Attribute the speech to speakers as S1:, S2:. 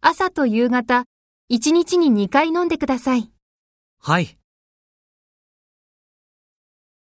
S1: 朝と夕方、1日に2回飲んでください。
S2: はい。